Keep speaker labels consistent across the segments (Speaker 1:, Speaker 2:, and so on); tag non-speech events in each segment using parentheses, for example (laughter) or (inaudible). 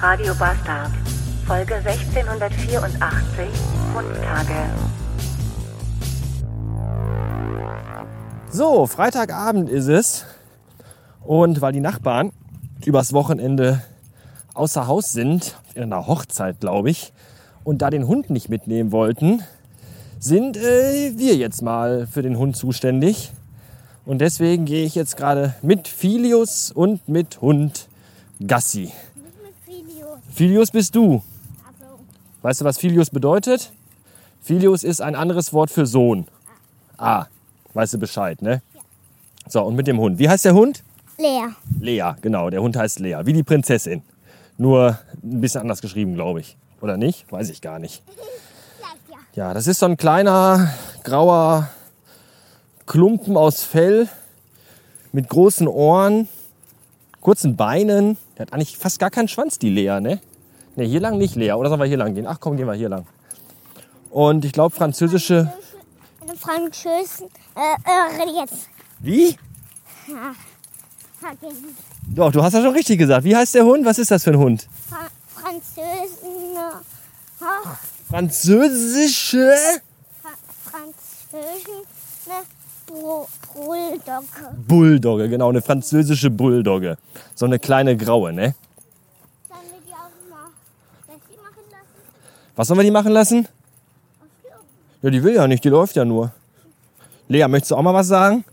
Speaker 1: Radio Bastard. Folge 1684, Hundtage.
Speaker 2: So, Freitagabend ist es. Und weil die Nachbarn übers Wochenende außer Haus sind, in einer Hochzeit, glaube ich, und da den Hund nicht mitnehmen wollten, sind äh, wir jetzt mal für den Hund zuständig. Und deswegen gehe ich jetzt gerade mit Filius und mit Hund Gassi.
Speaker 3: Nicht mit Video.
Speaker 2: Filius bist du.
Speaker 3: Also,
Speaker 2: Weißt du, was Filius bedeutet? Filius ist ein anderes Wort für Sohn. Ah, weißt du Bescheid, ne? So, und mit dem Hund. Wie heißt der Hund?
Speaker 3: leer.
Speaker 2: Lea, genau. Der Hund heißt Lea, wie die Prinzessin. Nur ein bisschen anders geschrieben, glaube ich. Oder nicht? Weiß ich gar nicht.
Speaker 3: Vielleicht ja.
Speaker 2: Ja, das ist so ein kleiner grauer Klumpen aus Fell mit großen Ohren, kurzen Beinen. Der hat eigentlich fast gar keinen Schwanz, die Lea, ne? Ne, hier lang nicht Lea. Oder sollen wir hier lang gehen? Ach komm, gehen wir hier lang. Und ich glaube, französische.
Speaker 3: Eine Französin. Äh, äh, jetzt.
Speaker 2: Wie?
Speaker 3: Hat den
Speaker 2: Doch, du hast ja schon richtig gesagt. Wie heißt der Hund? Was ist das für ein Hund?
Speaker 3: Fra ne, Französin. Hoch.
Speaker 2: Französische.
Speaker 3: Fra Französin. Ne, Bro Bulldogge.
Speaker 2: Bulldogge, genau, eine französische Bulldogge. So eine kleine graue, ne?
Speaker 3: Sollen wir die auch mal Gassi machen lassen?
Speaker 2: Was sollen wir die machen lassen?
Speaker 3: Auf Klo.
Speaker 2: Ja, die will ja nicht, die läuft ja nur. Lea, möchtest du auch mal was sagen?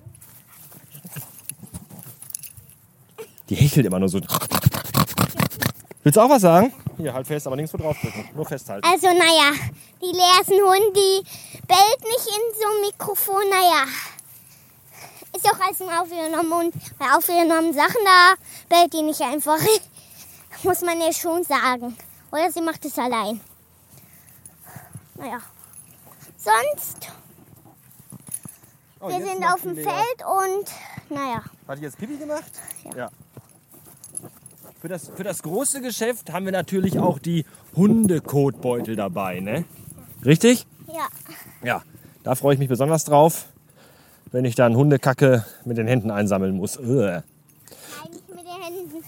Speaker 2: Die hechelt immer nur so. Willst du auch was sagen? Hier, halt fest, aber nirgendwo draufdrücken. Nur festhalten.
Speaker 3: Also, naja, die Lea ist ein Hund, die bellt nicht in so ein Mikrofon, naja. Ist auch als ein aufgenommen und bei aufgenommenen Sachen da bellt die nicht einfach. (laughs) Muss man ja schon sagen. Oder sie macht es allein. Naja. Sonst,
Speaker 2: Oh,
Speaker 3: wir
Speaker 2: jetzt
Speaker 3: sind
Speaker 2: macht
Speaker 3: auf dem
Speaker 2: die Lea-
Speaker 3: Feld und, naja.
Speaker 2: Hat die jetzt Pipi gemacht?
Speaker 3: Ja.
Speaker 2: Für, das, für das große Geschäft haben wir natürlich auch die Hundekotbeutel dabei, ne? Richtig?
Speaker 3: Ja,
Speaker 2: Ja, da freue ich mich besonders drauf, wenn ich dann Hundekacke mit den Händen einsammeln muss. Äh. Uah.
Speaker 3: nein, nicht mit den Händen.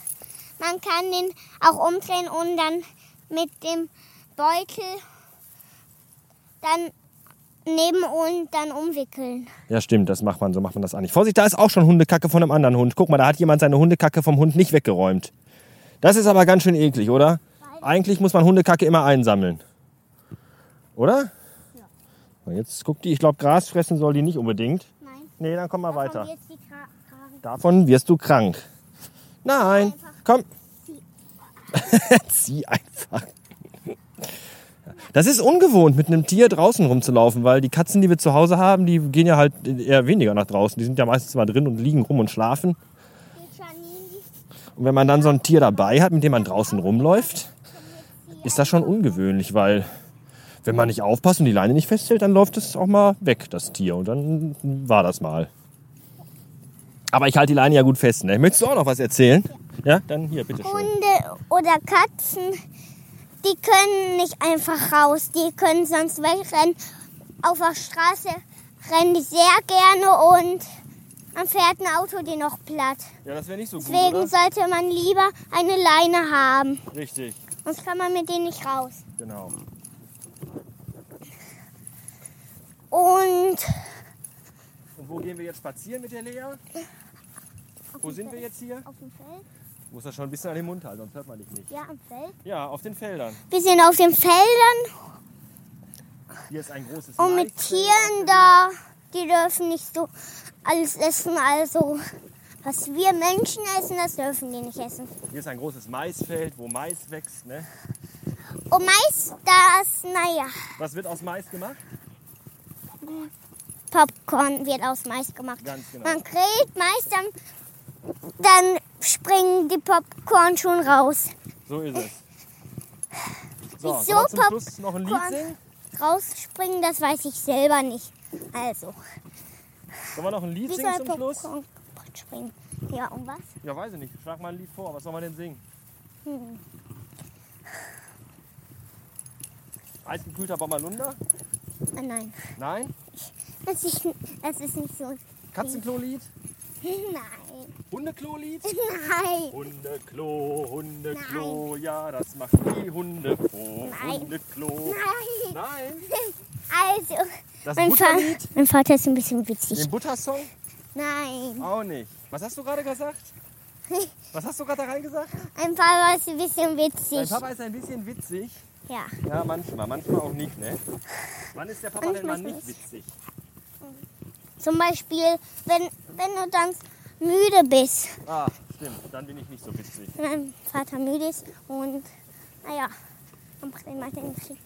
Speaker 3: Man kann den auch umdrehen und dann mit dem Beutel dann nehmen und dann umwickeln.
Speaker 2: Ja, stimmt, das macht man, so macht man das eigentlich. Vorsicht, da ist auch schon Hundekacke von einem anderen Hund. Guck mal, da hat jemand seine Hundekacke vom Hund nicht weggeräumt. Das ist aber ganz schön eklig, oder? Eigentlich muss man Hundekacke immer einsammeln. Oder? Ja. Jetzt guck die, ich glaube, Gras fressen soll die nicht unbedingt.
Speaker 3: Nein.
Speaker 2: Nee, dann komm mal weiter.
Speaker 3: Und jetzt die Tra- Kragen.
Speaker 2: Davon wirst du krank. Nein, komm. (laughs) Zieh einfach. Das ist ungewohnt, mit einem Tier draußen rumzulaufen, weil die Katzen, die wir zu Hause haben, die gehen ja halt eher weniger nach draußen. Die sind ja meistens mal drin und liegen rum und schlafen.
Speaker 3: Die Janine, die
Speaker 2: Und wenn man dann so ein Tier dabei hat, mit dem man draußen rumläuft, ist das schon ungewöhnlich, weil wenn man nicht aufpasst und die Leine nicht festhält, dann läuft es auch mal weg, das Tier. Und dann war das mal. Aber ich halte die Leine ja gut fest. Ne? Möchtest du auch noch was erzählen? Ja, dann hier, bitteschön.
Speaker 3: Hunde oder Katzen, die können nicht einfach raus. Die können sonst wegrennen. Auf der Straße rennen die sehr gerne und dann fährt ein Auto die noch platt.
Speaker 2: Ja, das wäre nicht so gut,
Speaker 3: Deswegen sollte man lieber eine Leine haben.
Speaker 2: Richtig,
Speaker 3: Sonst kann man mit denen nicht raus.
Speaker 2: genau.
Speaker 3: Und
Speaker 2: Und wo gehen wir jetzt spazieren mit der Lea? Wo sind wir jetzt hier?
Speaker 3: auf dem Feld?
Speaker 2: Muss das schon ein bisschen an den Mund halten, sonst hört man dich nicht.
Speaker 3: Ja, am Feld.
Speaker 2: Ja, auf den Feldern.
Speaker 3: Wir sind auf den Feldern
Speaker 2: Hier ist ein großes
Speaker 3: und mit Tieren da. Die dürfen nicht so alles essen. Also, was wir Menschen essen, das dürfen die nicht essen.
Speaker 2: Hier ist ein großes Maisfeld, wo Mais wächst. Ne?
Speaker 3: Und meist das, naja,
Speaker 2: Was wird aus Mais gemacht?
Speaker 3: Popcorn wird aus Mais gemacht.
Speaker 2: Ganz genau.
Speaker 3: Man grillt Mais, dann, dann springen die Popcorn schon raus.
Speaker 2: So ist es. So,
Speaker 3: Wieso
Speaker 2: soll man zum
Speaker 3: Pop-
Speaker 2: Schluss noch ein Lied
Speaker 3: Popcorn
Speaker 2: singen?
Speaker 3: Rausspringen, das weiß ich selber nicht. Also,
Speaker 2: Sollen wir noch ein Lied
Speaker 3: wie
Speaker 2: singen
Speaker 3: soll
Speaker 2: zum Schluss?
Speaker 3: Popcorn springen? Ja, und was?
Speaker 2: Ja, weiß ich nicht. Schlag mal ein Lied vor. Was soll man denn singen?
Speaker 3: Hm.
Speaker 2: Eisgekühlter Bommerlunder?
Speaker 3: Ah, nein,
Speaker 2: Nein?
Speaker 3: das ist, das ist nicht so. (laughs)
Speaker 2: Katzenklo-Lied?
Speaker 3: Nein. (laughs)
Speaker 2: Hundeklo-Lied?
Speaker 3: Nein.
Speaker 2: Hundeklo, Hundeklo, ja, das machen die Hunde froh.
Speaker 3: Nein.
Speaker 2: Hundeklo.
Speaker 3: Nein.
Speaker 2: Nein.
Speaker 3: Also,
Speaker 2: Das
Speaker 3: mein, Fa
Speaker 2: Butterlied?
Speaker 3: mein Vater ist ein bisschen witzig.
Speaker 2: Den Buttersong?
Speaker 3: Nein.
Speaker 2: Auch nicht. Was hast du gerade gesagt? Was hast du gerade da reingesagt?
Speaker 3: (laughs) Mein Papa ist ein bisschen
Speaker 2: Dein
Speaker 3: witzig.
Speaker 2: Papa ist ein bisschen witzig.
Speaker 3: Ja.
Speaker 2: Ja, manchmal, manchmal auch nicht, ne? Wann ist der Papa denn mal
Speaker 3: Manchmal
Speaker 2: nicht
Speaker 3: ist-
Speaker 2: witzig?
Speaker 3: Zum Beispiel, wenn, wenn du dann müde bist.
Speaker 2: Ah, stimmt. Dann bin ich nicht so witzig.
Speaker 3: Wenn mein Vater müde ist und, naja, dann macht er mal den Trick,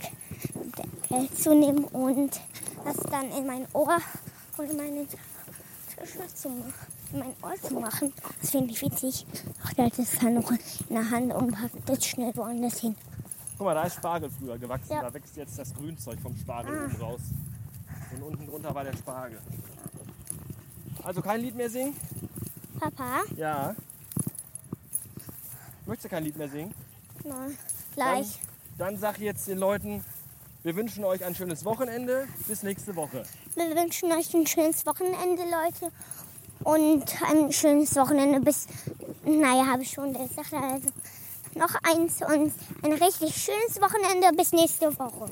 Speaker 3: den Pelz zu nehmen und das dann in mein Ohr und in meine Tasche zu machen. In mein Ohr zu machen. Das finde ich witzig. Ach, der hat das dann noch in der Hand und packt das schnell woanders hin.
Speaker 2: Guck mal, da ist Spargel früher gewachsen.
Speaker 3: Ja.
Speaker 2: Da wächst jetzt das Grünzeug vom Spargel oben raus. Und unten drunter war der Spargel. Also kein Lied mehr singen?
Speaker 3: Papa,
Speaker 2: Ja. Möchtest du kein Lied mehr singen?
Speaker 3: na, gleich.
Speaker 2: Dann, dann sag jetzt den Leuten, wir wünschen euch ein schönes Wochenende. Bis nächste Woche.
Speaker 3: Wir wünschen euch ein schönes Wochenende, Leute. Und ein schönes Wochenende bis, naja, habe ich schon gesagt. Also noch eins und ein richtig schönes Wochenende bis nächste Woche.